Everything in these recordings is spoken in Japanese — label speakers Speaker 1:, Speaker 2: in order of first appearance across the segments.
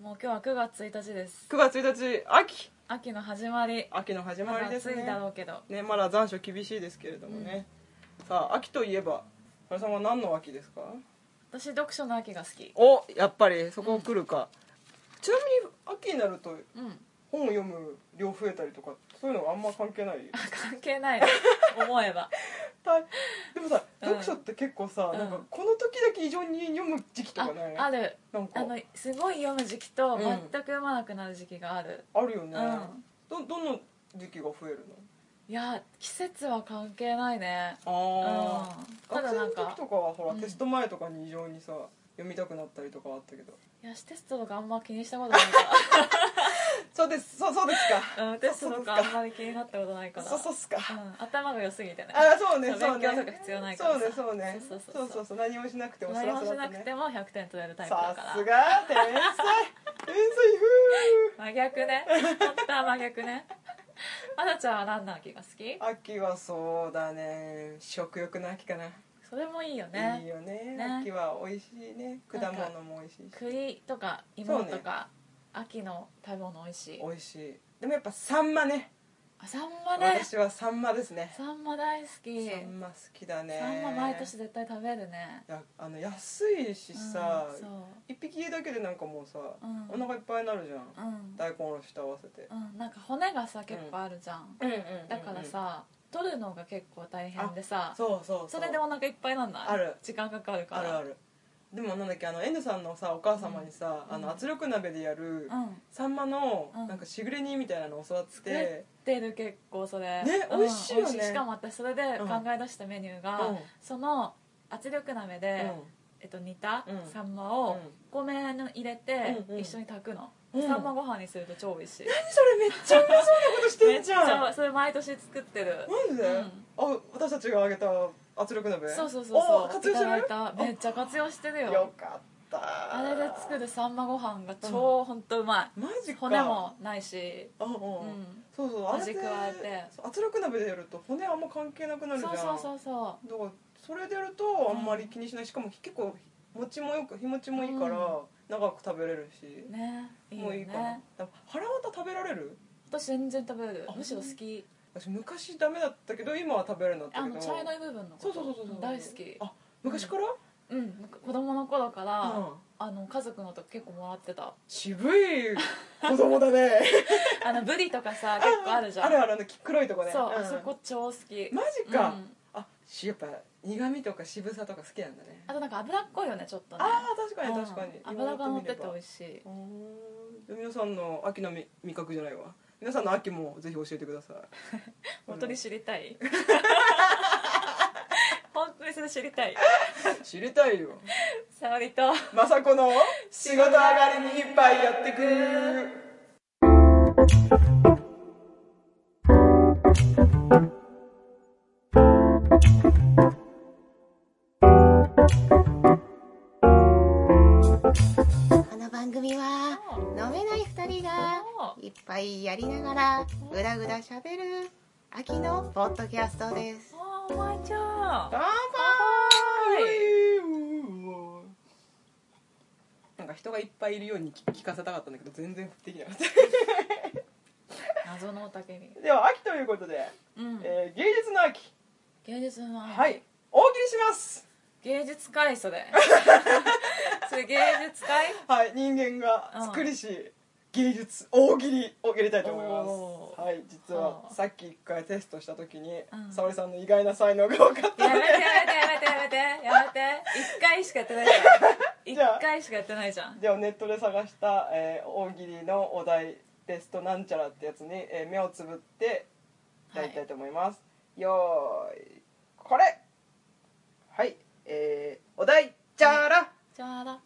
Speaker 1: もう今日は9月1日です
Speaker 2: 9月1日秋
Speaker 1: 秋の始まり
Speaker 2: 秋の始ま
Speaker 1: ま
Speaker 2: り
Speaker 1: だ
Speaker 2: です
Speaker 1: 暑い
Speaker 2: ね
Speaker 1: だろうけど
Speaker 2: ねまだ残暑厳しいですけれどもね、さあ秋といえば原さんは何の秋ですか
Speaker 1: 私読書の秋が好き
Speaker 2: おやっぱりそこ来るか、ちなみに秋になると
Speaker 1: うん
Speaker 2: 本を読む量増えたりとかそういうのはあんま 関係ない
Speaker 1: 関係ないね思え ば
Speaker 2: たでもさ
Speaker 1: うん
Speaker 2: 読書って結構さ、
Speaker 1: うん
Speaker 2: なんかこの時だけ異常に読む時期と
Speaker 1: あ
Speaker 2: かない
Speaker 1: ある
Speaker 2: なんか
Speaker 1: あのすごい読む時期と
Speaker 2: うん
Speaker 1: 全く読まなくなる時期がある、
Speaker 2: あるよね、
Speaker 1: うん
Speaker 2: どどの時期が増える
Speaker 1: いや季節は関係ないねうん
Speaker 2: のああ、
Speaker 1: ただ
Speaker 2: 学生
Speaker 1: な
Speaker 2: の
Speaker 1: んか
Speaker 2: 時とかはほら、
Speaker 1: うん
Speaker 2: テスト前とかに異常にさ読みたくなったりとかはあっ たけど
Speaker 1: いやテストとかあんま気にしたことないか、
Speaker 2: そうですそうそうですから
Speaker 1: うん、テストとかあんまり気になったことないから
Speaker 2: そうそう っすか、
Speaker 1: うん、頭が良すぎ てね
Speaker 2: あそうね
Speaker 1: そう
Speaker 2: そうね
Speaker 1: 勉強とか必要ないからさ
Speaker 2: そうねそうね
Speaker 1: そうそう
Speaker 2: そ
Speaker 1: そうう
Speaker 2: そうそう何もしなくてもス
Speaker 1: 何
Speaker 2: ラ
Speaker 1: も
Speaker 2: ス
Speaker 1: し
Speaker 2: ラ
Speaker 1: な
Speaker 2: と
Speaker 1: く
Speaker 2: ね
Speaker 1: ても100点取れるタイプだ
Speaker 2: さ
Speaker 1: から
Speaker 2: すが天才天才ふ
Speaker 1: 真逆ね本当は真逆ねあなちゃんは何の秋が好き
Speaker 2: う秋はそうだね食欲の秋かな、
Speaker 1: それもいいよね
Speaker 2: いいよね
Speaker 1: ね
Speaker 2: 秋は美味しいね果
Speaker 1: なんか
Speaker 2: 物も美味しいし
Speaker 1: 栗とか芋
Speaker 2: そ
Speaker 1: と
Speaker 2: う
Speaker 1: か、秋の食べ物美味しい
Speaker 2: 美味しいでもやっぱサンマね
Speaker 1: あサンマね
Speaker 2: 私はサンマですね
Speaker 1: サンマ大好き
Speaker 2: サンマ好きだね
Speaker 1: サンマ毎年絶対食べるね
Speaker 2: いやあの安いしさ、
Speaker 1: うん、そ
Speaker 2: 一匹だけでなんかもうさ、
Speaker 1: うん
Speaker 2: お腹いっぱいになるじゃん、
Speaker 1: ううん
Speaker 2: 大根おろしと合わせて、
Speaker 1: うん、なんか骨がさ結構あるじゃん、
Speaker 2: うんうん
Speaker 1: だからさ取るのが結構大変でさそ
Speaker 2: そうそうそう
Speaker 1: れでお腹いっぱいなんない
Speaker 2: ある
Speaker 1: 時間かかるか
Speaker 2: ある
Speaker 1: ら
Speaker 2: あるでもなんだっけあの N さんのさお母様にさ、
Speaker 1: うん
Speaker 2: あの圧力鍋でや
Speaker 1: う
Speaker 2: る、
Speaker 1: ん
Speaker 2: サンマの
Speaker 1: うん
Speaker 2: なんかしぐれ煮みたいなのを教わって
Speaker 1: 作れて
Speaker 2: て、
Speaker 1: る結構それ
Speaker 2: ね
Speaker 1: うん
Speaker 2: 美味しいよね
Speaker 1: 美味しかも私それで考え出したメニューが、
Speaker 2: うん
Speaker 1: その圧力鍋で、えっと、煮た
Speaker 2: うん
Speaker 1: サンマを
Speaker 2: うん
Speaker 1: お米の入れて
Speaker 2: うんうん
Speaker 1: 一緒に炊くの、
Speaker 2: うん
Speaker 1: サンマご飯にすると超美味しい、
Speaker 2: それめっちゃうまそうなことしてんじゃん
Speaker 1: めっちゃそれ毎年作ってる
Speaker 2: マジで、あ私たちがあげた圧力鍋
Speaker 1: そうそうそうそう
Speaker 2: あ活用し
Speaker 1: い
Speaker 2: て
Speaker 1: ただい
Speaker 2: る
Speaker 1: ためっちゃ活用してるよ
Speaker 2: よかった
Speaker 1: あれで作るサンマご飯が超本当うま
Speaker 2: マジ
Speaker 1: い
Speaker 2: か
Speaker 1: 骨もないし
Speaker 2: うんうん、
Speaker 1: うん
Speaker 2: そうそうあれで
Speaker 1: 味加えて
Speaker 2: そう圧力鍋でやると骨あんま関係なくなるじゃ
Speaker 1: そ
Speaker 2: ん
Speaker 1: うそうそうそ
Speaker 2: だからそれでやるとあんまり気にしないしかも結構もちもよく日持ちもいいから
Speaker 1: う
Speaker 2: 長く食べれるし
Speaker 1: う、ねいい
Speaker 2: も
Speaker 1: よ
Speaker 2: ういいかな
Speaker 1: ね
Speaker 2: でも腹渡食べられる
Speaker 1: 私全然食べれる
Speaker 2: あ
Speaker 1: むしろ好き
Speaker 2: 私昔ダメだったけど今は食べれるよう
Speaker 1: あ
Speaker 2: にな
Speaker 1: の
Speaker 2: ったけど
Speaker 1: 茶色い部分のこ
Speaker 2: そう
Speaker 1: と
Speaker 2: そうそうそうそう
Speaker 1: 大好き
Speaker 2: あ昔から、
Speaker 1: うん子供の頃から、
Speaker 2: うん
Speaker 1: あの家族のと結構もらってた
Speaker 2: 渋い子供だね
Speaker 1: あのブリとか さ結 構あるじゃん
Speaker 2: あるあるあの黒いとこね
Speaker 1: そう、
Speaker 2: ん
Speaker 1: あそこ超好き
Speaker 2: マジか、
Speaker 1: うん
Speaker 2: あしやっぱ苦味とか渋さとか好きなんだね
Speaker 1: あとなんか脂っこいよねちょっとね
Speaker 2: ああ確かに確かに、
Speaker 1: うん脂が乗ってて美
Speaker 2: しい
Speaker 1: 味しい
Speaker 2: 皆さんの秋のみ味覚じゃないわ皆さんの秋もぜひ教えてください
Speaker 1: 本当に知りたい 本当にそれ知りたい
Speaker 2: 知りたいよ
Speaker 1: 沙織と
Speaker 2: 雅子の仕事上がりに一杯やってく
Speaker 3: この番組は飲めない二人がいっぱいやりながらぐだぐだしゃべる秋のポッドキャストです
Speaker 1: あーお前ちゃん
Speaker 2: 乾
Speaker 1: 乾
Speaker 2: 杯なんか人がいっぱいいるように聞かせたかったんだけど全然降ってきなかっ
Speaker 1: 謎の雄たけび
Speaker 2: た では秋ということで、
Speaker 1: うん
Speaker 2: えー芸術の秋
Speaker 1: 芸術の
Speaker 2: はいお送りします
Speaker 1: 芸術会そ れそれ芸術会
Speaker 2: はい、人間が作りし、芸術大喜利をやりたいと思い
Speaker 1: お
Speaker 2: ます
Speaker 1: ー
Speaker 2: はい実は
Speaker 1: うん
Speaker 2: さっき一回テストした時に、
Speaker 1: うん
Speaker 2: 沙織さんの意外な才能が分か
Speaker 1: や
Speaker 2: った
Speaker 1: め
Speaker 2: の
Speaker 1: て
Speaker 2: で
Speaker 1: やめてやめてやめてやめて一回しかやってないじ
Speaker 2: じゃ
Speaker 1: ゃ
Speaker 2: あ
Speaker 1: ん一回しかやってないじゃん
Speaker 2: ではネットで探した、えー大喜利のお題ベストなんちゃらってやつに、えー目をつぶってやりたいと思います、よーいこれはいえーお題チャーラ、
Speaker 1: じゃあだ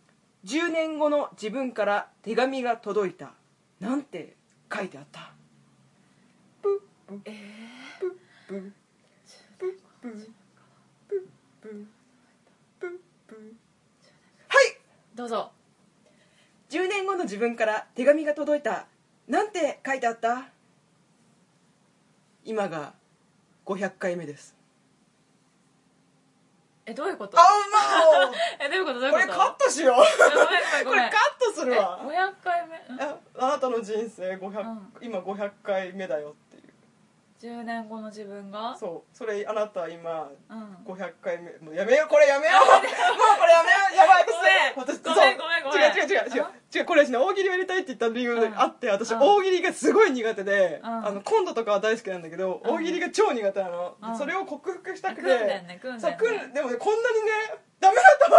Speaker 2: 10年後の自分から手紙が届いたなんて書いてあったプップッ
Speaker 1: え
Speaker 2: プップップップップップップッはい
Speaker 1: ー、どうぞ
Speaker 2: 10年後の自分から手紙が届いたなんて書いてあった今が500回目です
Speaker 1: えどういうこと
Speaker 2: あうま
Speaker 1: えどういうことどうい
Speaker 2: ー
Speaker 1: うこ
Speaker 2: こ
Speaker 1: と
Speaker 2: れカットしよ
Speaker 1: ご
Speaker 2: う
Speaker 1: めんごめんご
Speaker 2: こ
Speaker 1: め
Speaker 2: れ
Speaker 1: ん
Speaker 2: カットするわ
Speaker 1: え500回目ん
Speaker 2: ああなたの人生500、
Speaker 1: うん
Speaker 2: 今500回目だよっていう
Speaker 1: 10年後の自分が
Speaker 2: そうそれあなたは今
Speaker 1: うんご
Speaker 2: 500回目もうやめようこれやめようもうこれやめようやばい
Speaker 1: ごめん
Speaker 2: 私
Speaker 1: ごめんごめんごめん
Speaker 2: そう違う違う違う違う違うこれ私ね大喜利をやりたいって言った理由
Speaker 1: うん
Speaker 2: あって私
Speaker 1: うん
Speaker 2: 大喜利がすごい苦手で
Speaker 1: うん
Speaker 2: あのコントとかは大好きなんだけど
Speaker 1: うん
Speaker 2: 大喜利が超苦手なの
Speaker 1: うん
Speaker 2: それを克服したく
Speaker 1: 訓練
Speaker 2: て
Speaker 1: ね訓練ね
Speaker 2: そうくんでもねこんなにねダメだと思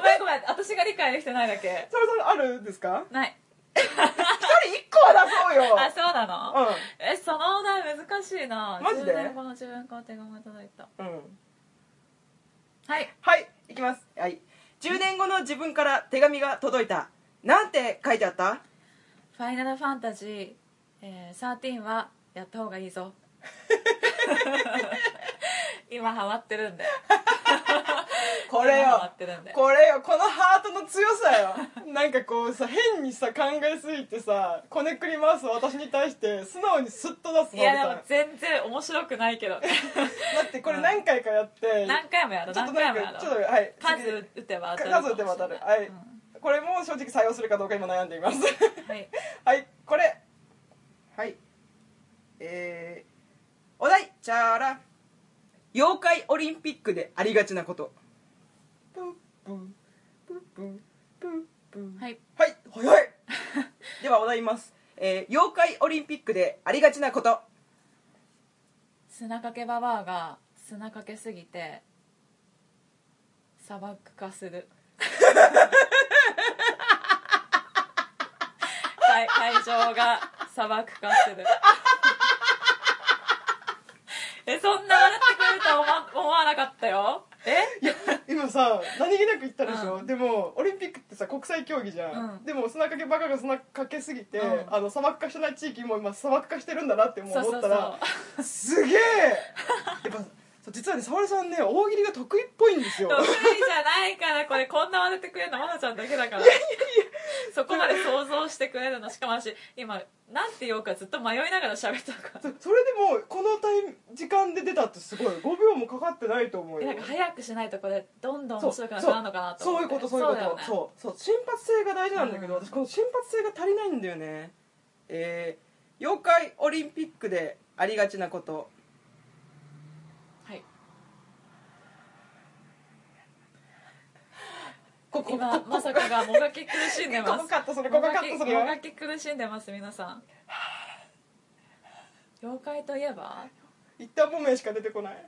Speaker 1: ごめんごめん私が理解できてないだけ
Speaker 2: そろそろあるんですか
Speaker 1: ない
Speaker 2: 一人一個は出そうよ
Speaker 1: あそうなの
Speaker 2: う
Speaker 1: えそのお題難しいな
Speaker 2: マジで
Speaker 1: 10年後の自分から手紙をいただいた
Speaker 2: んうん
Speaker 1: はい
Speaker 2: はい、いきます。はい。10年後の自分から手紙が届いた。なんて書いてあった
Speaker 1: 「ファイナルファンタジー、えー、13」はやった方がいい ぞ今ハマってるんで
Speaker 2: これ
Speaker 1: 今ハマ
Speaker 2: よ
Speaker 1: っ。てるんで
Speaker 2: これよ、このハートの強さ よ。なんかこうさ、変にさ、考えすぎてさ、こねくり回す私に対して、素直にスッと出す
Speaker 1: い
Speaker 2: のみたいな。
Speaker 1: やで
Speaker 2: だ
Speaker 1: も全然面白くないけど
Speaker 2: ってこれ何回かやって、
Speaker 1: 何回もやろう
Speaker 2: ちょっ
Speaker 1: 何
Speaker 2: と
Speaker 1: 回
Speaker 2: なん
Speaker 1: もやろ
Speaker 2: か、ちょっ
Speaker 1: う
Speaker 2: と、はい。
Speaker 1: 数
Speaker 2: 次
Speaker 1: 打てば当た る
Speaker 2: 数打てば当たる。はい。これも正直採用するかどうか今悩んでいます。
Speaker 1: はい
Speaker 2: はい、これ。はい。えー、お題、チャーラ。妖怪オリンピックでありがちなこと。プンプン、プンプン、プンプン。
Speaker 1: はい
Speaker 2: はい、早い ではお題言います。えー、妖怪オリンピックでありがちなこと。
Speaker 1: 砂かけババアが砂かけすぎて砂漠化する 会会場が砂漠化する えそんな笑ってくれるとは思わ思わなかったよえ
Speaker 2: いや、 今さ、何気なく言ったでしょ、
Speaker 1: うん
Speaker 2: でも、オリンピックってさ、国際競技じゃん。
Speaker 1: うん
Speaker 2: でも、砂かけバカが砂かけすぎて、
Speaker 1: うん
Speaker 2: あの、砂漠化してない地域も今、砂漠化してるんだなってもう
Speaker 1: そうそ
Speaker 2: 思
Speaker 1: う
Speaker 2: っ
Speaker 1: そ
Speaker 2: た
Speaker 1: う
Speaker 2: ら、すげえやっぱそう実はね沙織さんね大喜利が得意っぽいんですよ
Speaker 1: 得意じゃないからこれこんな笑ってくれるのまなちゃんだけだからそこまで想像してくれるのしかも私今なんて言おうかずっと迷いながら喋ったから
Speaker 2: そそれでもこのタイム時間で出たってすごい5秒もかかってないと思う
Speaker 1: え
Speaker 2: よ
Speaker 1: なんか早くしないとこれどんどん
Speaker 2: そう
Speaker 1: 面白くなくなるのかなと思
Speaker 2: そ
Speaker 1: っ
Speaker 2: ういう
Speaker 1: て
Speaker 2: ことそういうことそう,、
Speaker 1: だよね
Speaker 2: そう瞬発性が大事なんだけど、
Speaker 1: うん
Speaker 2: 私この瞬発性が足りないんだよねえー、妖怪オリンピックでありがちなこと
Speaker 1: はい
Speaker 2: ここ
Speaker 1: 今まさかがもがき苦しんでます
Speaker 2: ここカットするここカットするよ
Speaker 1: もがき苦しんでます皆さん妖怪といえば
Speaker 2: 一旦もめしか出てこない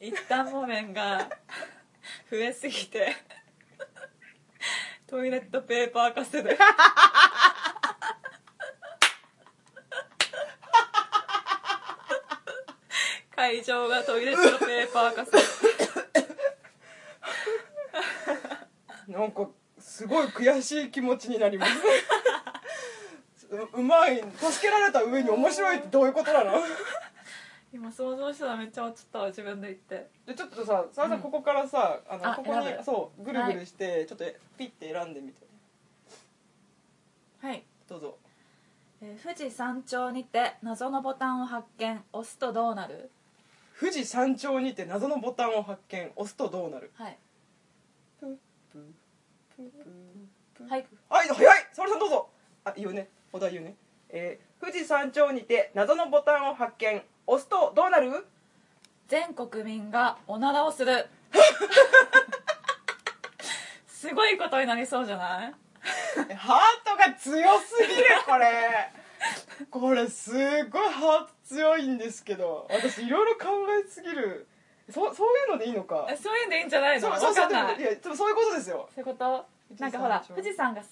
Speaker 1: 一旦木綿が増えすぎてトイレットペーパー化す る会場がトイレットペーパー化する
Speaker 2: なんかすごい悔しい気持ちになりますううまい助けられた上に面白いってどういうことなの
Speaker 1: 今想像してたらめっちゃ落ちた自分で言って
Speaker 2: でちょっとさ澤田さんここからさ、あの
Speaker 1: あ
Speaker 2: ここに
Speaker 1: 選ぶ
Speaker 2: そうぐるぐるして、ちょっとピッて選んでみて
Speaker 1: はい、
Speaker 2: どうぞ
Speaker 1: えー富士山頂にて謎のボタンを発見押すとどうなる
Speaker 2: 富士山頂にて謎のボタンを発見押すとどうなる
Speaker 1: はい
Speaker 2: は
Speaker 1: はいい
Speaker 2: はい早い澤田さんどうぞあ言うねお題言うねえー富士山頂にて謎のボタンを発見押すとどうなる
Speaker 1: 全国民がおならをするすごいことになりそうじゃない
Speaker 2: ハートが強すぎるこれこれすごいハート強いんですけど私いろいろ考えすぎるそそういうのでいいのか
Speaker 1: えそういうんでいいんじゃないの
Speaker 2: そう
Speaker 1: わ
Speaker 2: そうそ
Speaker 1: か
Speaker 2: うんで
Speaker 1: な
Speaker 2: も
Speaker 1: い
Speaker 2: いやでもそういうことですよ
Speaker 1: そういうことな
Speaker 2: 富士山
Speaker 1: んかほら
Speaker 2: 頂
Speaker 1: 富士山が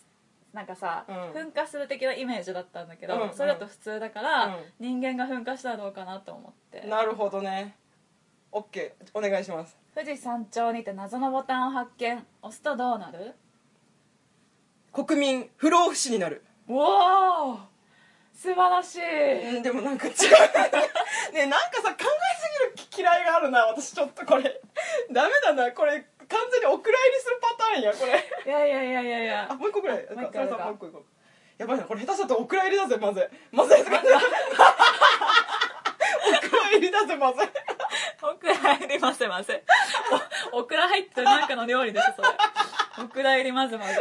Speaker 1: なんかさ、
Speaker 2: うん
Speaker 1: 噴火する的なイメージだったんだけど、
Speaker 2: うんうん
Speaker 1: それだと普通だから、
Speaker 2: うん
Speaker 1: 人間が噴火したらどうかなと思って
Speaker 2: なるほどね OK お願いします
Speaker 1: 富士山頂にて謎のボタンを発見押すとどうなる
Speaker 2: 国民不老不死になる
Speaker 1: おお素晴らしい
Speaker 2: でもなんか違うねなんかさ考えすぎる嫌いがあるな私ちょっとこれダメだなこれ完全にお蔵入りするパターンやこ
Speaker 1: い
Speaker 2: れ
Speaker 1: やいやいやいやい
Speaker 2: あ
Speaker 1: や
Speaker 2: もう一個ぐらい。
Speaker 1: あ
Speaker 2: も
Speaker 1: も
Speaker 2: う
Speaker 1: う一
Speaker 2: 一
Speaker 1: 個
Speaker 2: 個さん
Speaker 1: あるか
Speaker 2: もう一個いこう。やばいなこれ下手するとオクラ入りだぜまずい。まずい。オクラ入りだぜまずい。
Speaker 1: お蔵クラ入りませませおオクラ入ってるなんかの料理でしょそれオクラ入りまぜまぜ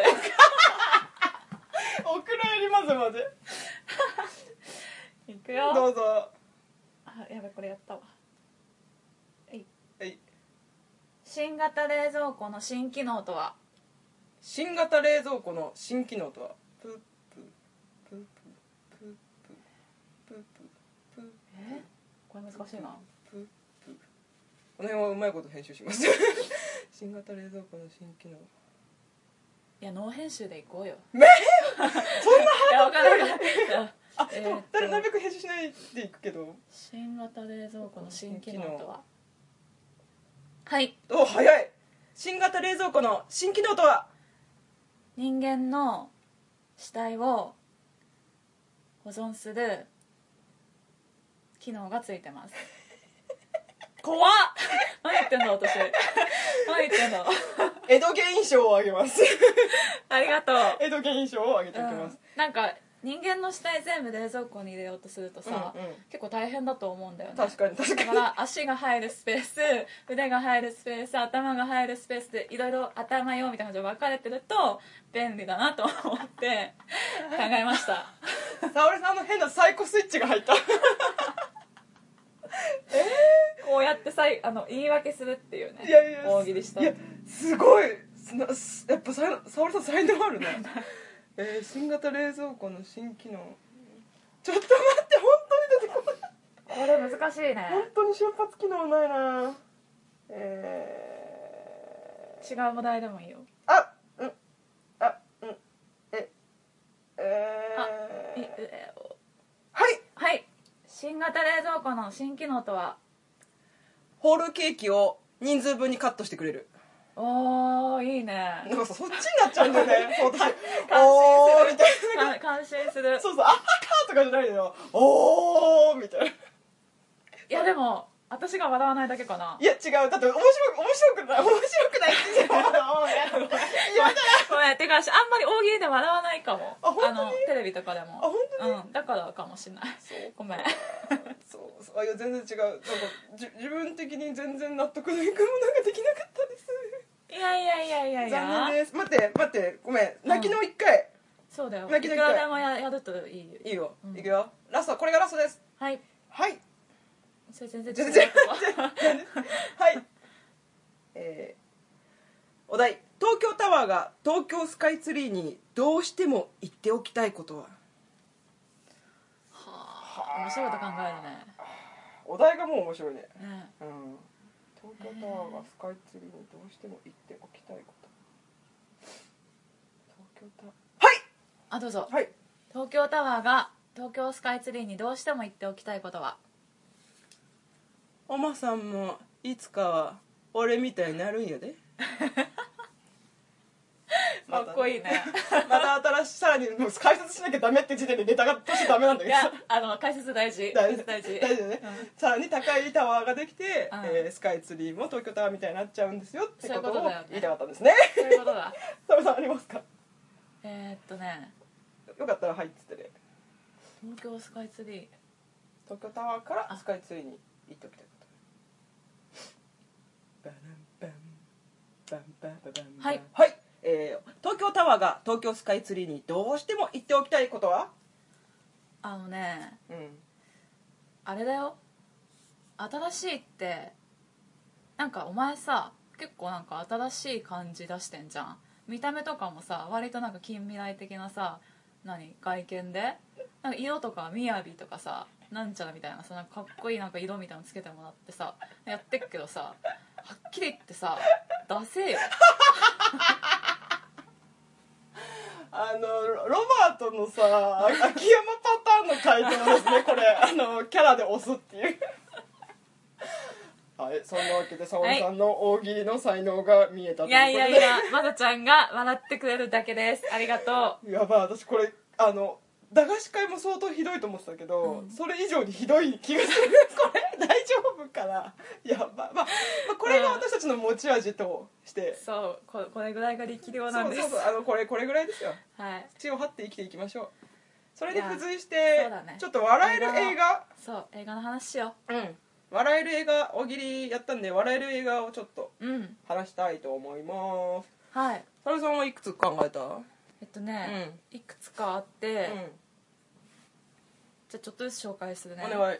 Speaker 2: オクラよりまずまず
Speaker 1: いく
Speaker 2: ど
Speaker 1: よ
Speaker 2: うぞは
Speaker 1: あやべこれやったわ
Speaker 2: い
Speaker 1: 新型冷蔵庫の新機能とは
Speaker 2: 新型冷蔵庫の新機能とはプープープープープープープープープー
Speaker 1: えこれ難しいな
Speaker 2: プープーこの辺はうまいこと編集 します新型冷蔵庫の新機能
Speaker 1: いや脳編集でいこうよ
Speaker 2: そんない
Speaker 1: やわかん ないわかんない
Speaker 2: あ
Speaker 1: えーっと
Speaker 2: でも誰なるべく編集しないでいくけど
Speaker 1: 新型冷蔵庫の新機能とははい
Speaker 2: お早い新型冷蔵庫の新機能とは
Speaker 1: 人間の死体を保存する機能がついてます 怖っ何言ってんだ私何言ってんだ
Speaker 2: 江戸芸印象をあげます
Speaker 1: ありがとう、
Speaker 2: 江戸芸印象をあげて
Speaker 1: う
Speaker 2: おき
Speaker 1: ん
Speaker 2: ます、
Speaker 1: なんか人間の死体全部冷蔵庫に入れようとするとさ、
Speaker 2: うんうん
Speaker 1: 結構大変だと思うんだよね
Speaker 2: 確かに確か
Speaker 1: だ
Speaker 2: に
Speaker 1: から足が入るスペース腕が入るスペース頭が入るスペースでいろいろ頭用みたいな感じで分かれてると便利だなと思って考えました
Speaker 2: 沙織さんの変なサイコスイッチが入った
Speaker 1: こうやってさいあの言い訳するっていうね
Speaker 2: いやいや
Speaker 1: 大喜利した
Speaker 2: いやすごいすなすやっぱさ沙織さん才能あるねえー、新型冷蔵庫の新機能ちょっと待って本当に出てこない
Speaker 1: これ難しいね
Speaker 2: 本当に瞬発機能ないなえー、
Speaker 1: 違う問題でもいいよ
Speaker 2: あうんあうんええ
Speaker 1: い
Speaker 2: ー、
Speaker 1: えお
Speaker 2: はい
Speaker 1: はい新型冷蔵庫の新機能とは
Speaker 2: ホールケーキを人数分にカットしてくれる
Speaker 1: おーいい
Speaker 2: な
Speaker 1: ね
Speaker 2: んかさそっちになっちゃうんだよねそう私
Speaker 1: 感
Speaker 2: おーみたいな
Speaker 1: か感心する
Speaker 2: そうそうあははとかじゃないのよおーみたいない
Speaker 1: いやでも私が笑わないだけかな
Speaker 2: や違うだって面白く面白くない面白くないって言って たよいやだ
Speaker 1: ごめんてか私あんまり大喜利で笑わないかも
Speaker 2: あ本当に
Speaker 1: のテレビとかでも
Speaker 2: あ本当に
Speaker 1: うん、だからかもしれない
Speaker 2: そう
Speaker 1: ごめん
Speaker 2: そうそうあいや全然違うなんかじ自分的に全然納得のいくものができなかったです
Speaker 1: いやいやいやいやいや
Speaker 2: 残念です待って待ってごめん泣きの一回、
Speaker 1: そうだよい
Speaker 2: 泣き
Speaker 1: く
Speaker 2: の一回
Speaker 1: らでもややるといいよ
Speaker 2: いいよ、
Speaker 1: うん
Speaker 2: いくよラストこれがラストです
Speaker 1: はい
Speaker 2: はい
Speaker 1: それ全然
Speaker 2: 全
Speaker 1: 違
Speaker 2: 然
Speaker 1: う
Speaker 2: はいえーお題東京タワーが東京スカイツリーにどうしても言っておきたいことは
Speaker 1: はあ面白いこと考え
Speaker 2: お題がもう面白いね
Speaker 1: るねね
Speaker 2: うん東京タワーがスカイツリーにどうしても言っておきたいこと東京タワー
Speaker 1: あどうぞ
Speaker 2: はいはい
Speaker 1: 東京タワーが東京スカイツリーにどうしても行っておきたいことは
Speaker 2: おまさんもいつかは俺みたいになるんや で
Speaker 1: かっこいいね
Speaker 2: また新しいさらにもう解説しなきゃダメって時点でネタがとしてダメなん だ
Speaker 1: い
Speaker 2: けど
Speaker 1: や
Speaker 2: さ
Speaker 1: あの解説大事
Speaker 2: 大事
Speaker 1: 解
Speaker 2: 大
Speaker 1: 説
Speaker 2: 事
Speaker 1: 大事
Speaker 2: だね、さらに高いタワーができて、
Speaker 1: うん
Speaker 2: えースカイツリーも東京タワーみたいになっちゃうんですよってこと
Speaker 1: そういうこと
Speaker 2: を
Speaker 1: だよね
Speaker 2: 言いたかったんですね
Speaker 1: そういうことだ
Speaker 2: サムさんありますか
Speaker 1: えーっとね
Speaker 2: よかったら「はい」っつってね
Speaker 1: 東京スカイツリー
Speaker 2: 東京タワーからスカイツリーに行っておきたいことバランバンバンバンバンバンバン
Speaker 1: はい
Speaker 2: はいえー東京タワーが東京スカイツリーにどうしても行っておきたいことは
Speaker 1: あのね
Speaker 2: うん
Speaker 1: あれだよ新しいってなんかお前さ結構なんか新しい感じ出してんじゃん見た目とかもさ割となんか近未来的なさ何外見でなんか色とか雅とかさなんちゃらみたいなさなんかかっこいいなんか色みたいなのつけてもらってさやってっけどさはっきり言ってさダセえよ
Speaker 2: あのロロバートのさ秋山パターンの回答ですねこ れあのキャラで押すっていうはいそんなわけで沙織さんの大喜利の才能が見えたということ
Speaker 1: い
Speaker 2: で
Speaker 1: やいやいやまだちゃんが笑ってくれるだけですありがと
Speaker 2: やばい私これあの駄菓子会も相当ひどいと思ってたけど、それ以上にひどい気がする これ大丈夫かなやばい、まあまあ、これが私たちの持ち味として
Speaker 1: う、そうここれぐらいが力量な
Speaker 2: そ
Speaker 1: んで
Speaker 2: う
Speaker 1: す
Speaker 2: そうそうあのこれこれぐらいですよ
Speaker 1: はい
Speaker 2: 血を張って生きていきましょうそれで付随し
Speaker 1: いや
Speaker 2: て、
Speaker 1: そうだね
Speaker 2: ちょっと笑える映画
Speaker 1: そう映画の話しよう
Speaker 2: うん笑える映画大喜利やったんで笑える映画をちょっと
Speaker 1: うん
Speaker 2: 話したいと思います
Speaker 1: はい
Speaker 2: サルさんはいくつ考えたうん
Speaker 1: えっとね、いくつかあって、じゃあちょっとずつ紹介するね
Speaker 2: お願い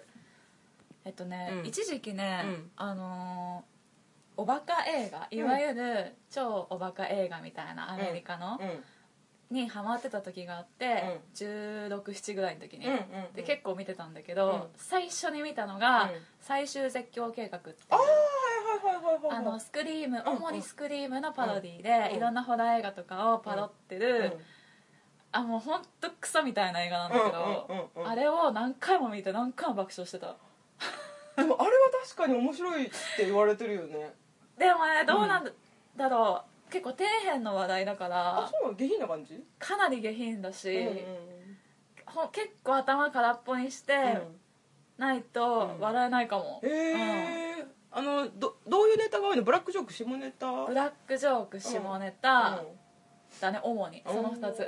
Speaker 1: えっとね、
Speaker 2: うん
Speaker 1: 一時期ね、
Speaker 2: うん
Speaker 1: あのーおバカ映画いわゆる超おバカ映画みたいなアメリカの、
Speaker 2: うん
Speaker 1: にハマってた時があって、1617ぐらいの時に、
Speaker 2: うんうんうん
Speaker 1: で結構見てたんだけど、
Speaker 2: うん
Speaker 1: 最初に見たのが「
Speaker 2: うん
Speaker 1: 最終絶叫計画」っていう
Speaker 2: はいはいはいはいはい
Speaker 1: あのスクリーム
Speaker 2: うん
Speaker 1: 主にスクリームのパロディー
Speaker 2: う
Speaker 1: で
Speaker 2: ん
Speaker 1: いろんなホラー映画とかをパロってるあもうほんとクソみたいな映画なんだけ
Speaker 2: うんうんうんう
Speaker 1: ど
Speaker 2: ん
Speaker 1: あれを何回も見て何回も爆笑してた
Speaker 2: うん、でもあれは確かに面白いって言われてるよね
Speaker 1: でもねどうなんだろう結構底辺の話題だか
Speaker 2: あ
Speaker 1: ら
Speaker 2: そうなの下品な感じ、
Speaker 1: かなり下品だし
Speaker 2: うんうん
Speaker 1: ほん結構頭空っぽにしてないと
Speaker 2: うん
Speaker 1: 笑えないかも
Speaker 2: うん、へえ、あのどどういうネタが多いのブラックジョーク下ネタ
Speaker 1: ブラックジョーク下ネタだね主にその2つう
Speaker 2: うんうんん、向こ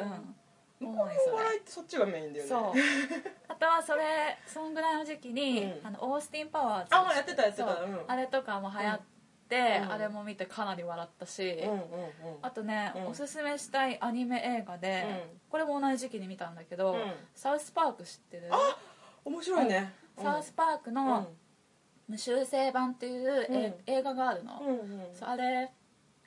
Speaker 1: 主に
Speaker 2: うの
Speaker 1: それ
Speaker 2: 笑いってそっちがメインだよね
Speaker 1: そうあとはそれそんぐらいの時期に、
Speaker 2: うん
Speaker 1: あのオースティン・パワーズ
Speaker 2: あやってたやってた
Speaker 1: そう
Speaker 2: うん
Speaker 1: あれとかも流行って、
Speaker 2: うん
Speaker 1: あれも見てかなり笑ったし、
Speaker 2: うんうんうん
Speaker 1: あとね、
Speaker 2: うん
Speaker 1: おすすめしたいアニメ映画で、
Speaker 2: うん
Speaker 1: これも同じ時期に見たんだけど、
Speaker 2: うん
Speaker 1: サウスパーク知ってる
Speaker 2: あ面白いね、うん、
Speaker 1: サウスパーク
Speaker 2: うん
Speaker 1: の無修正版っていう、え
Speaker 2: うん
Speaker 1: 映画があるの、
Speaker 2: うんうん
Speaker 1: そうあれ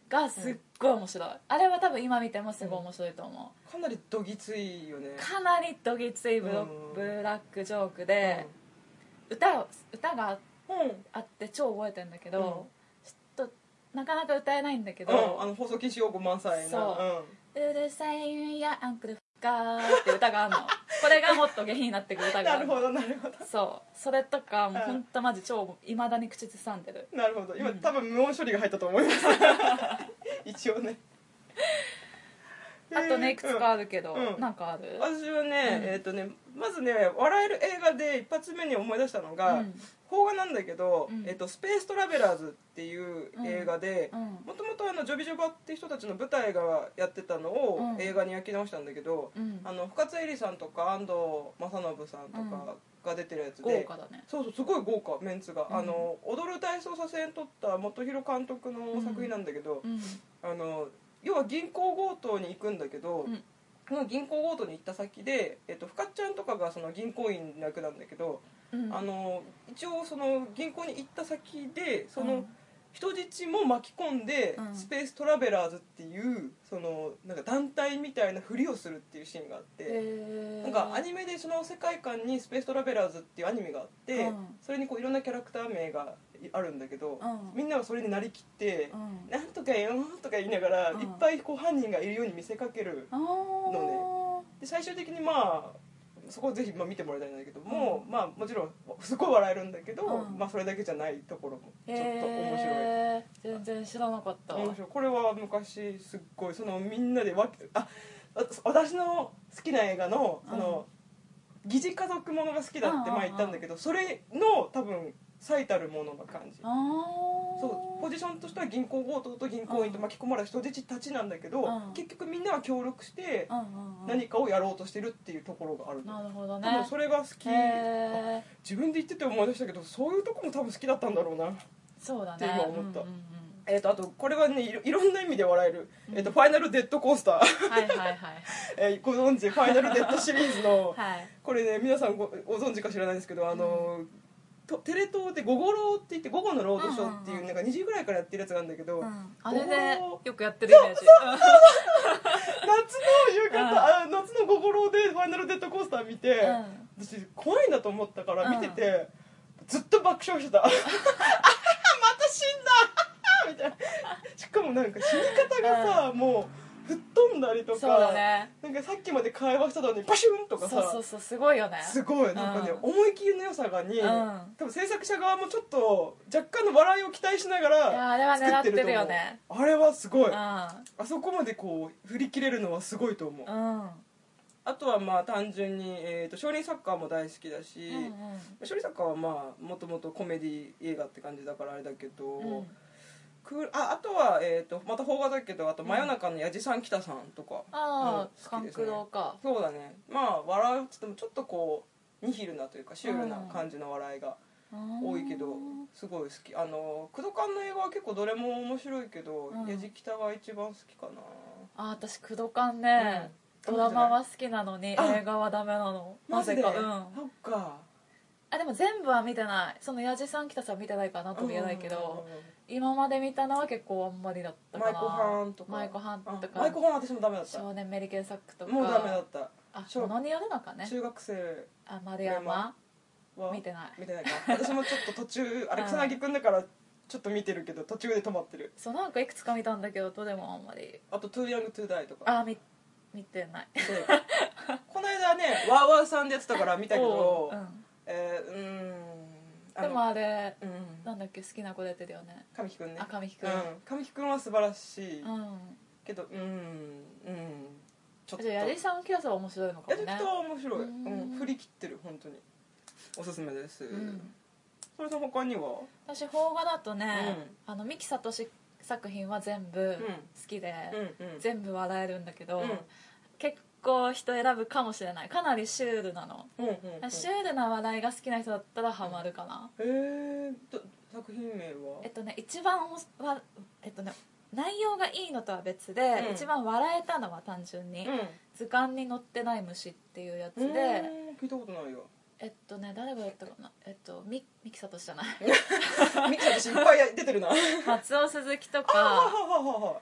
Speaker 1: がすっごい面白い、あれは多分今見てもすごい面白いと思う、
Speaker 2: かなりどぎついよね
Speaker 1: かなりどぎついブロ
Speaker 2: うん
Speaker 1: ブラックジョークで、歌を歌が
Speaker 2: うん、うん
Speaker 1: あって超覚えてんだけど、ちょっとなかなか歌えないんだけ
Speaker 2: うん、あ
Speaker 1: ど
Speaker 2: の放送禁止用語満載な
Speaker 1: そう「うるさいやアンクルフッカー」って歌があ るのこれがもっと下品になってくる
Speaker 2: う
Speaker 1: 歌
Speaker 2: ん、
Speaker 1: があ
Speaker 2: な
Speaker 1: る
Speaker 2: る
Speaker 1: の
Speaker 2: ほどなるほど
Speaker 1: そうそれとかもう
Speaker 2: うん
Speaker 1: ほんとマジ超いまだに口ずさんでる
Speaker 2: なるほど今、
Speaker 1: うん
Speaker 2: 多分無音処理が入ったと 思います一応ね
Speaker 1: あとねいくつか
Speaker 2: あ
Speaker 1: あるけど、
Speaker 2: うん
Speaker 1: なんかある
Speaker 2: 私はね、
Speaker 1: うん
Speaker 2: えっ、とねまずね笑える映画で一発目に思い出したの
Speaker 1: う
Speaker 2: が、
Speaker 1: ん
Speaker 2: 邦画なんだけど、
Speaker 1: うん
Speaker 2: えっと「スペーストラベラーズ」っていう映画で
Speaker 1: うん
Speaker 2: もともとジョビジョバって人たちの舞台がやってたの
Speaker 1: う
Speaker 2: を
Speaker 1: ん
Speaker 2: 映画に焼き直したんだけど、
Speaker 1: うん
Speaker 2: あの深津絵里さんとか安藤正信さんとかが出てるやつで、
Speaker 1: 豪華だね
Speaker 2: そうそうすごい豪華メンツが、
Speaker 1: うん
Speaker 2: あの踊る体操させんとった元弘監督の作品なんだけど、
Speaker 1: うん
Speaker 2: あの要は銀行強盗に行くんだけど、
Speaker 1: うん
Speaker 2: その銀行強盗に行った先で、えっと、深津ちゃんとかがその銀行員役なんだけど、
Speaker 1: うん
Speaker 2: あの一応その銀行に行った先でそうの
Speaker 1: ん
Speaker 2: 人質も巻き込んで、
Speaker 1: うん
Speaker 2: スペーストラベラーズっていうそのなんか団体みたいなふりをするっていうシーンがあって。
Speaker 1: へー
Speaker 2: なんかアニメでその世界観に「スペーストラベラーズ」っていうアニメがあって、
Speaker 1: うん
Speaker 2: それにこういろんなキャラクター名があるんだけど、
Speaker 1: うん
Speaker 2: みんながそれになりきって
Speaker 1: う
Speaker 2: 「
Speaker 1: ん
Speaker 2: なんとかよ」とか言いながら、
Speaker 1: うん
Speaker 2: いっぱいこう犯人がいるように見せかける
Speaker 1: あー
Speaker 2: で最終的にまあそこをぜひまあ見てもらいたいんだけども、まあもちろんすごい笑えるんだけど、
Speaker 1: うん
Speaker 2: まあそれだけじゃないところもちょっと面白い。
Speaker 1: へー全然知らなかった
Speaker 2: 面白いこれは昔すっごいそのみんなでわけああ私の好きな映画のその、疑似家族ものが好きだって前言ったんだけど、それの多分最たるものな感じ、
Speaker 1: ああ
Speaker 2: そうポジションとしては銀行強盗と銀行員と巻き込まれた人質たちなんだけど、
Speaker 1: うん
Speaker 2: 結局みんなは協力して
Speaker 1: うんうんうん
Speaker 2: 何かをやろうとしてるっていうところがあるの
Speaker 1: なるほど
Speaker 2: 多分
Speaker 1: ね
Speaker 2: それが好き、
Speaker 1: へー
Speaker 2: 自分で言ってて思い出したけどそういうとこも多分好きだったんだろうな
Speaker 1: そうだ
Speaker 2: って
Speaker 1: ね
Speaker 2: 今思った
Speaker 1: うんうん
Speaker 2: えー、とあとこれはねいろいろんな意味で笑える、えーと
Speaker 1: うん
Speaker 2: ファイナルデッドコースター、
Speaker 1: うんはいはいはい
Speaker 2: えーご存知ファイナルデッドシリーズの、
Speaker 1: はい
Speaker 2: これね皆さんごご存知か知らないんですけどあの、とテレ東で「午後ロー」って言って「午後のロードショー」っていう,、
Speaker 1: うんうんう
Speaker 2: なんか2時ぐらいからやってるやつなんだけど、
Speaker 1: う
Speaker 2: 夏
Speaker 1: んあれで
Speaker 2: おー
Speaker 1: よくやってるイメージ
Speaker 2: の夕
Speaker 1: うん
Speaker 2: 方、あ夏の「午後ロー」で「ファイナルデッドコースター」見て、
Speaker 1: うん
Speaker 2: 私怖いなと思ったから
Speaker 1: うん
Speaker 2: 見てて、ずっと爆笑してたあははまた死んだあはは みたいなしかもなんか死に方がさ、もう吹っ飛んだりと
Speaker 1: う
Speaker 2: か
Speaker 1: んそうだね
Speaker 2: なんかさっきまで会話してたのにパシュンと
Speaker 1: そ
Speaker 2: か
Speaker 1: う
Speaker 2: さ
Speaker 1: そうそうすごいよね
Speaker 2: すごいなんかね、
Speaker 1: うん
Speaker 2: 思い切りの良さがに、
Speaker 1: うん
Speaker 2: 多分制作者側もちょっと若干の笑いを期待しなが
Speaker 1: いやあれ
Speaker 2: ら
Speaker 1: は狙
Speaker 2: 作
Speaker 1: っ
Speaker 2: っててると
Speaker 1: る
Speaker 2: 思
Speaker 1: よ
Speaker 2: う
Speaker 1: ね
Speaker 2: あれはすごい、あ
Speaker 1: う
Speaker 2: そこまでこう振り切れるのはすごいと思う、
Speaker 1: んうん
Speaker 2: あとはまあ単純に、えー、と少林サッカーも大好きだし、
Speaker 1: うんうん
Speaker 2: 処理作家はまあもともとコメディ映画って感じだからあれだけど、
Speaker 1: うん
Speaker 2: クールああとは、えー、とまた邦画だけどあと「真夜中のやじさん北さん」とか、
Speaker 1: ああ
Speaker 2: うん好き
Speaker 1: 勘
Speaker 2: です
Speaker 1: 九
Speaker 2: ね
Speaker 1: 郎か
Speaker 2: そうだねまあ笑うっつってもちょっとこうニヒルなというかシュールな感じの笑いが、多いけどすごい好きあの工藤館の映画は結構どれも面白いけど、
Speaker 1: うん
Speaker 2: やじきたが一番好きかな
Speaker 1: あー私工藤館ね、ドラマは好きなのに映
Speaker 2: あ
Speaker 1: 画はダメなのな
Speaker 2: マジ
Speaker 1: ぜ
Speaker 2: で
Speaker 1: か
Speaker 2: そ
Speaker 1: うん
Speaker 2: っか
Speaker 1: あでも全部は見てないその矢地さん北さんは見てないかなとも言えないけど、今まで見たのは結構あんまりだったかな
Speaker 2: マイコハンとか
Speaker 1: マイコハンと
Speaker 2: あマイコ
Speaker 1: か
Speaker 2: ハン私もダメだったも
Speaker 1: 少年メリケンサックとか
Speaker 2: うダメだった
Speaker 1: あ
Speaker 2: 小
Speaker 1: ものによるのかね
Speaker 2: 中学生
Speaker 1: あ丸山
Speaker 2: は
Speaker 1: 見てない
Speaker 2: 見てないか私もちょっと 途中あれ草薙君だからちょっと見てるけど途中で止まってる
Speaker 1: そうなんかいくつか見たんだけどどれもあんまり
Speaker 2: あと「Too Young to Die」とか
Speaker 1: あーみ見てない
Speaker 2: でこの間ねワーワーさんでやってたから見たけど
Speaker 1: おううん
Speaker 2: えーうーんあの
Speaker 1: でもあれ
Speaker 2: うん
Speaker 1: なんだっけ好きな子出てるよね
Speaker 2: 神木君ね
Speaker 1: あ神木
Speaker 2: う
Speaker 1: 君
Speaker 2: ん神木君は素晴らしい
Speaker 1: うん
Speaker 2: けどうーんうんちょっと
Speaker 1: じゃあ矢地さんのキラスは面白いのか
Speaker 2: や
Speaker 1: も
Speaker 2: り
Speaker 1: ね
Speaker 2: 方は面白い、
Speaker 1: うん
Speaker 2: うん、振り切ってる本当におすすめです、
Speaker 1: うん
Speaker 2: それと他には
Speaker 1: 私邦画だとね、あの三木聡作品は全部好きで、
Speaker 2: うんうん
Speaker 1: 全部笑えるんだけど、
Speaker 2: うん
Speaker 1: 結構人選ぶかもしれないかなりシュールなの、
Speaker 2: うんうんうん
Speaker 1: シュールな話題が好きな人だったらハマるかな、
Speaker 2: えー、と作品名は
Speaker 1: えっとね一番おもしわえっとね内容がいいのとは別で、
Speaker 2: うん
Speaker 1: 一番笑えたのは単純に、
Speaker 2: うん
Speaker 1: 図鑑に載ってない虫っていうやつで、
Speaker 2: うーん聞いたことないよ
Speaker 1: えっとね誰がやったかなえっとみ三木聡じゃない
Speaker 2: ミキさん私いっぱい出てるなあ
Speaker 1: 松尾鈴木と
Speaker 2: あは
Speaker 1: か
Speaker 2: はははは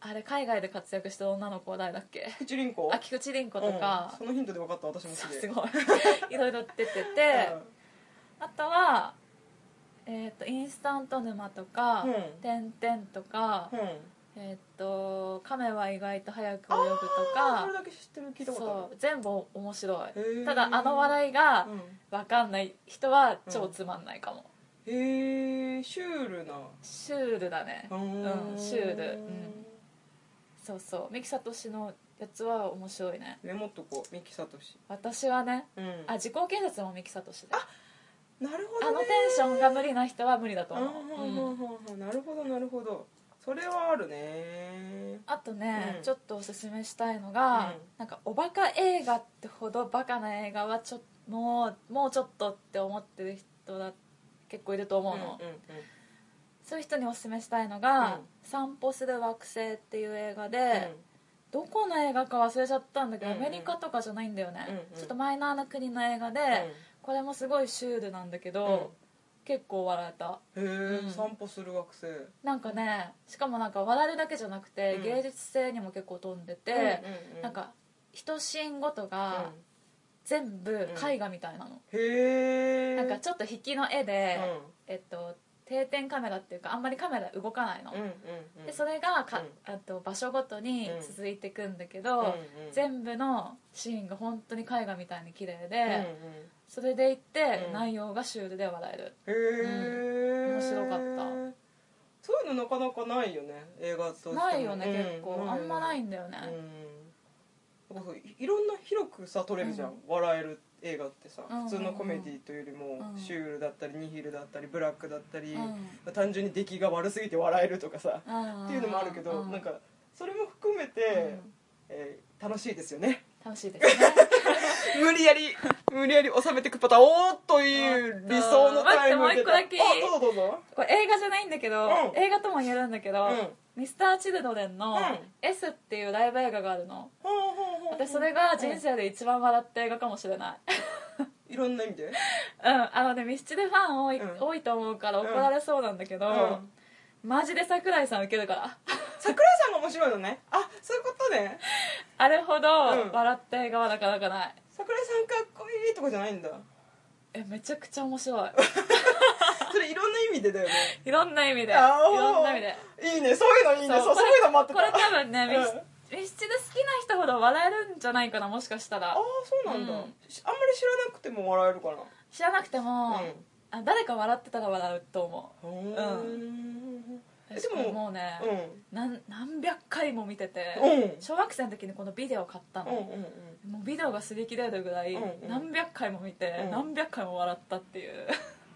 Speaker 1: あれ海外で活躍した女の子誰だっけ
Speaker 2: 菊池凛子
Speaker 1: あ菊池凛子とか
Speaker 2: う、んそのヒントで分かった私もすげえ
Speaker 1: す ごいいろいろ出てて、あとは、えっとインスタント沼とか
Speaker 2: うん
Speaker 1: 「て、んてん」とか
Speaker 2: うん、うん、
Speaker 1: 「えっと亀は意外と早く泳ぐ」と
Speaker 2: あーそれ
Speaker 1: か
Speaker 2: だけ知ってる聞いたことあ
Speaker 1: そう全部面白
Speaker 2: へ
Speaker 1: い
Speaker 2: ー
Speaker 1: ただあの笑いが
Speaker 2: る、うん、
Speaker 1: 分かんない人は超つまんないかも、
Speaker 2: へえシュールな
Speaker 1: シュールだねうんシュールうんそうそう三木聡のやつは面白いね
Speaker 2: メモっとこうミキサトシ
Speaker 1: 私はね
Speaker 2: うん
Speaker 1: あ自己警察も三木聡で
Speaker 2: なるほ
Speaker 1: あ
Speaker 2: ど
Speaker 1: の
Speaker 2: ね
Speaker 1: テンションが無理な人は無理だと思う、うん
Speaker 2: あなるほどなるほどそれはあるね
Speaker 1: あとね、
Speaker 2: うん
Speaker 1: ちょっとおすすめしたいのが、
Speaker 2: うん
Speaker 1: なんかおバカ映画ってほどバカな映画はちょっともうもうちょっとって思ってる人だ結構いると思うの、
Speaker 2: うんうん
Speaker 1: そういう人におすすめしたいのが「
Speaker 2: うん
Speaker 1: 散歩する惑星」っていう映画で、
Speaker 2: う
Speaker 1: どこの映画か忘れちゃったんだけど、
Speaker 2: うんうん
Speaker 1: アメリカとかじゃないんだよね、
Speaker 2: うんうん
Speaker 1: ちょっとマイナーな国の映画で、これもすごいシュールなんだけど、結構笑えた
Speaker 2: んへ
Speaker 1: うん
Speaker 2: え散歩する学生
Speaker 1: なんかねしかもなんか笑えるだけじゃなくて、
Speaker 2: うん
Speaker 1: 芸術性にも結構富んでて、
Speaker 2: うんうん
Speaker 1: なんか一シーンごと
Speaker 2: うん
Speaker 1: が全部絵画みたいなの、
Speaker 2: へえ
Speaker 1: なんかちょっと引きの絵で、
Speaker 2: うん
Speaker 1: えっと、定点カメラっていうかあんまりカメラ動かないの、
Speaker 2: うんうんうん
Speaker 1: でそれがか、
Speaker 2: うん
Speaker 1: あと場所ごとに続いていくんだけど、
Speaker 2: うんうん
Speaker 1: 全部のシーンが本当に絵画みたいに綺麗で、
Speaker 2: うんうん
Speaker 1: それでいって、
Speaker 2: うん
Speaker 1: 内容がシュールで笑える
Speaker 2: へえ
Speaker 1: 面白かった
Speaker 2: そういうのなかなかないよね映画としても
Speaker 1: ないよね、
Speaker 2: うん
Speaker 1: 結構、あんまないんだよね、
Speaker 2: うん、なんかそういいろんな広くさ撮れるじゃん、
Speaker 1: うん
Speaker 2: 笑える映画ってさ、
Speaker 1: うんうんうん
Speaker 2: 普通のコメディというよりも、
Speaker 1: うん
Speaker 2: シュールだったりニヒルだったりブラックだったり、
Speaker 1: うん
Speaker 2: まあ単純に出来が悪すぎて笑えるとか
Speaker 1: っ
Speaker 2: さ、っていうのもあるけど、なんかそれも含めて、えー楽しいですよね
Speaker 1: 楽しいですね
Speaker 2: 無理やり無理やり収めていくパターンおーっという理想のタイム
Speaker 1: 待ってもう一個だけ
Speaker 2: あどうぞどうぞ
Speaker 1: これ映画じゃないんだけど、
Speaker 2: うん
Speaker 1: 映画とも言えるんだけど、
Speaker 2: うん
Speaker 1: ミスター・チルドレンの
Speaker 2: うん
Speaker 1: 「S」っていうライブ映画があるの
Speaker 2: ほうほうほう
Speaker 1: 私それが人生で一番笑った映画かもしれない
Speaker 2: いろんな意味で
Speaker 1: うんあのねミスチルファン多い,、
Speaker 2: うん
Speaker 1: 多いと思うから怒られそうなんだけど、
Speaker 2: うん
Speaker 1: マジで桜井さんウケるから
Speaker 2: 桜井さんが面白いのねあそういうことね
Speaker 1: あれほ
Speaker 2: うん
Speaker 1: ど笑った映画はなかなかない
Speaker 2: 桜井さんかっこいいとかじゃないんだ
Speaker 1: えめちゃくちゃ面 白い
Speaker 2: それいろんな意味でだよね
Speaker 1: いろんな意味でい
Speaker 2: あー
Speaker 1: ろんな意味で
Speaker 2: いいねそういうのいいねそうそう
Speaker 1: これ
Speaker 2: いうの待って
Speaker 1: こ
Speaker 2: た
Speaker 1: れ多分ね、ミス
Speaker 2: うん
Speaker 1: ミスチル好きな人ほど笑えるんじゃないかなもしかしたら
Speaker 2: ああそうなんだ、
Speaker 1: うん
Speaker 2: あんまり知らなくても笑えるかな
Speaker 1: 知らなくても、
Speaker 2: うん
Speaker 1: あ誰か笑ってたら笑うと思
Speaker 2: う
Speaker 1: う
Speaker 2: えで
Speaker 1: 私これ
Speaker 2: も
Speaker 1: もうね、
Speaker 2: うん
Speaker 1: なん何百回も見てて、
Speaker 2: うん
Speaker 1: 小学生の時にこのビデオ買った
Speaker 2: うんうん
Speaker 1: の、もうビデオが擦り切れるぐらい
Speaker 2: うんうん
Speaker 1: 何百回も見て、
Speaker 2: うん
Speaker 1: 何百回も笑ったっていう
Speaker 2: ライ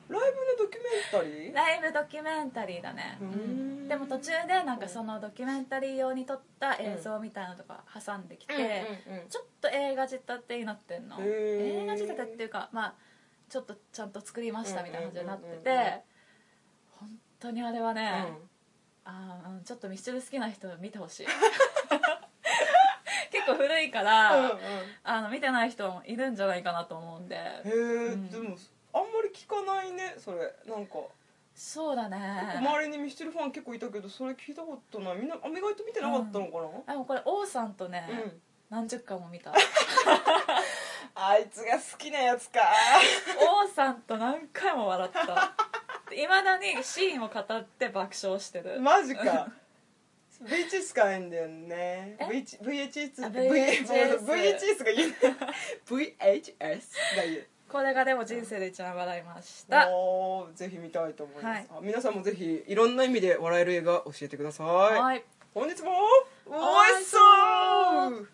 Speaker 2: ブのドキュメンタリー
Speaker 1: ライブドキュメンタリーだね、
Speaker 2: うん
Speaker 1: でも途中でなんかそのドキュメンタリー用に撮った映像みたいなのとか挟んできて、
Speaker 2: うんうんうん
Speaker 1: ちょっと映画仕立てになってんの
Speaker 2: へー
Speaker 1: 映画仕立てっていうかまあちょっとちゃんと作りましたみたいな感じになって
Speaker 2: うんうんうんうん
Speaker 1: て本当にあれはね、
Speaker 2: うん
Speaker 1: あーうんちょっとミスチル好きな人見てほしい 結構古いから、
Speaker 2: うんうん
Speaker 1: あの見てない人もいるんじゃないかなと思うんで
Speaker 2: へえ、
Speaker 1: うん
Speaker 2: でもあんまり聞かないねそれなんか
Speaker 1: そうだね
Speaker 2: 周りにミスチルファン結構いたけどそれ聞いたことないみんなあ意外と見てなかったのかな、
Speaker 1: あでもこれ王さんとね、
Speaker 2: うん
Speaker 1: 何十回も見た
Speaker 2: あいつが好きなやつか
Speaker 1: 王さんと何回も笑ったいまだにシーンを語って爆笑してる、
Speaker 2: マジか VHS 使わないんだよね VH VHS
Speaker 1: あ
Speaker 2: VHS
Speaker 1: VHS
Speaker 2: VHS が言う VHS が言 う
Speaker 1: これがでも人生で一番笑いました
Speaker 2: おーぜひ見たいと思います、
Speaker 1: は
Speaker 2: あ皆さんもぜひいろんな意味で笑える映画教えてください、
Speaker 1: はい
Speaker 2: 本日も
Speaker 1: お
Speaker 2: お
Speaker 1: い
Speaker 2: い
Speaker 1: し
Speaker 2: し
Speaker 1: そう
Speaker 2: そう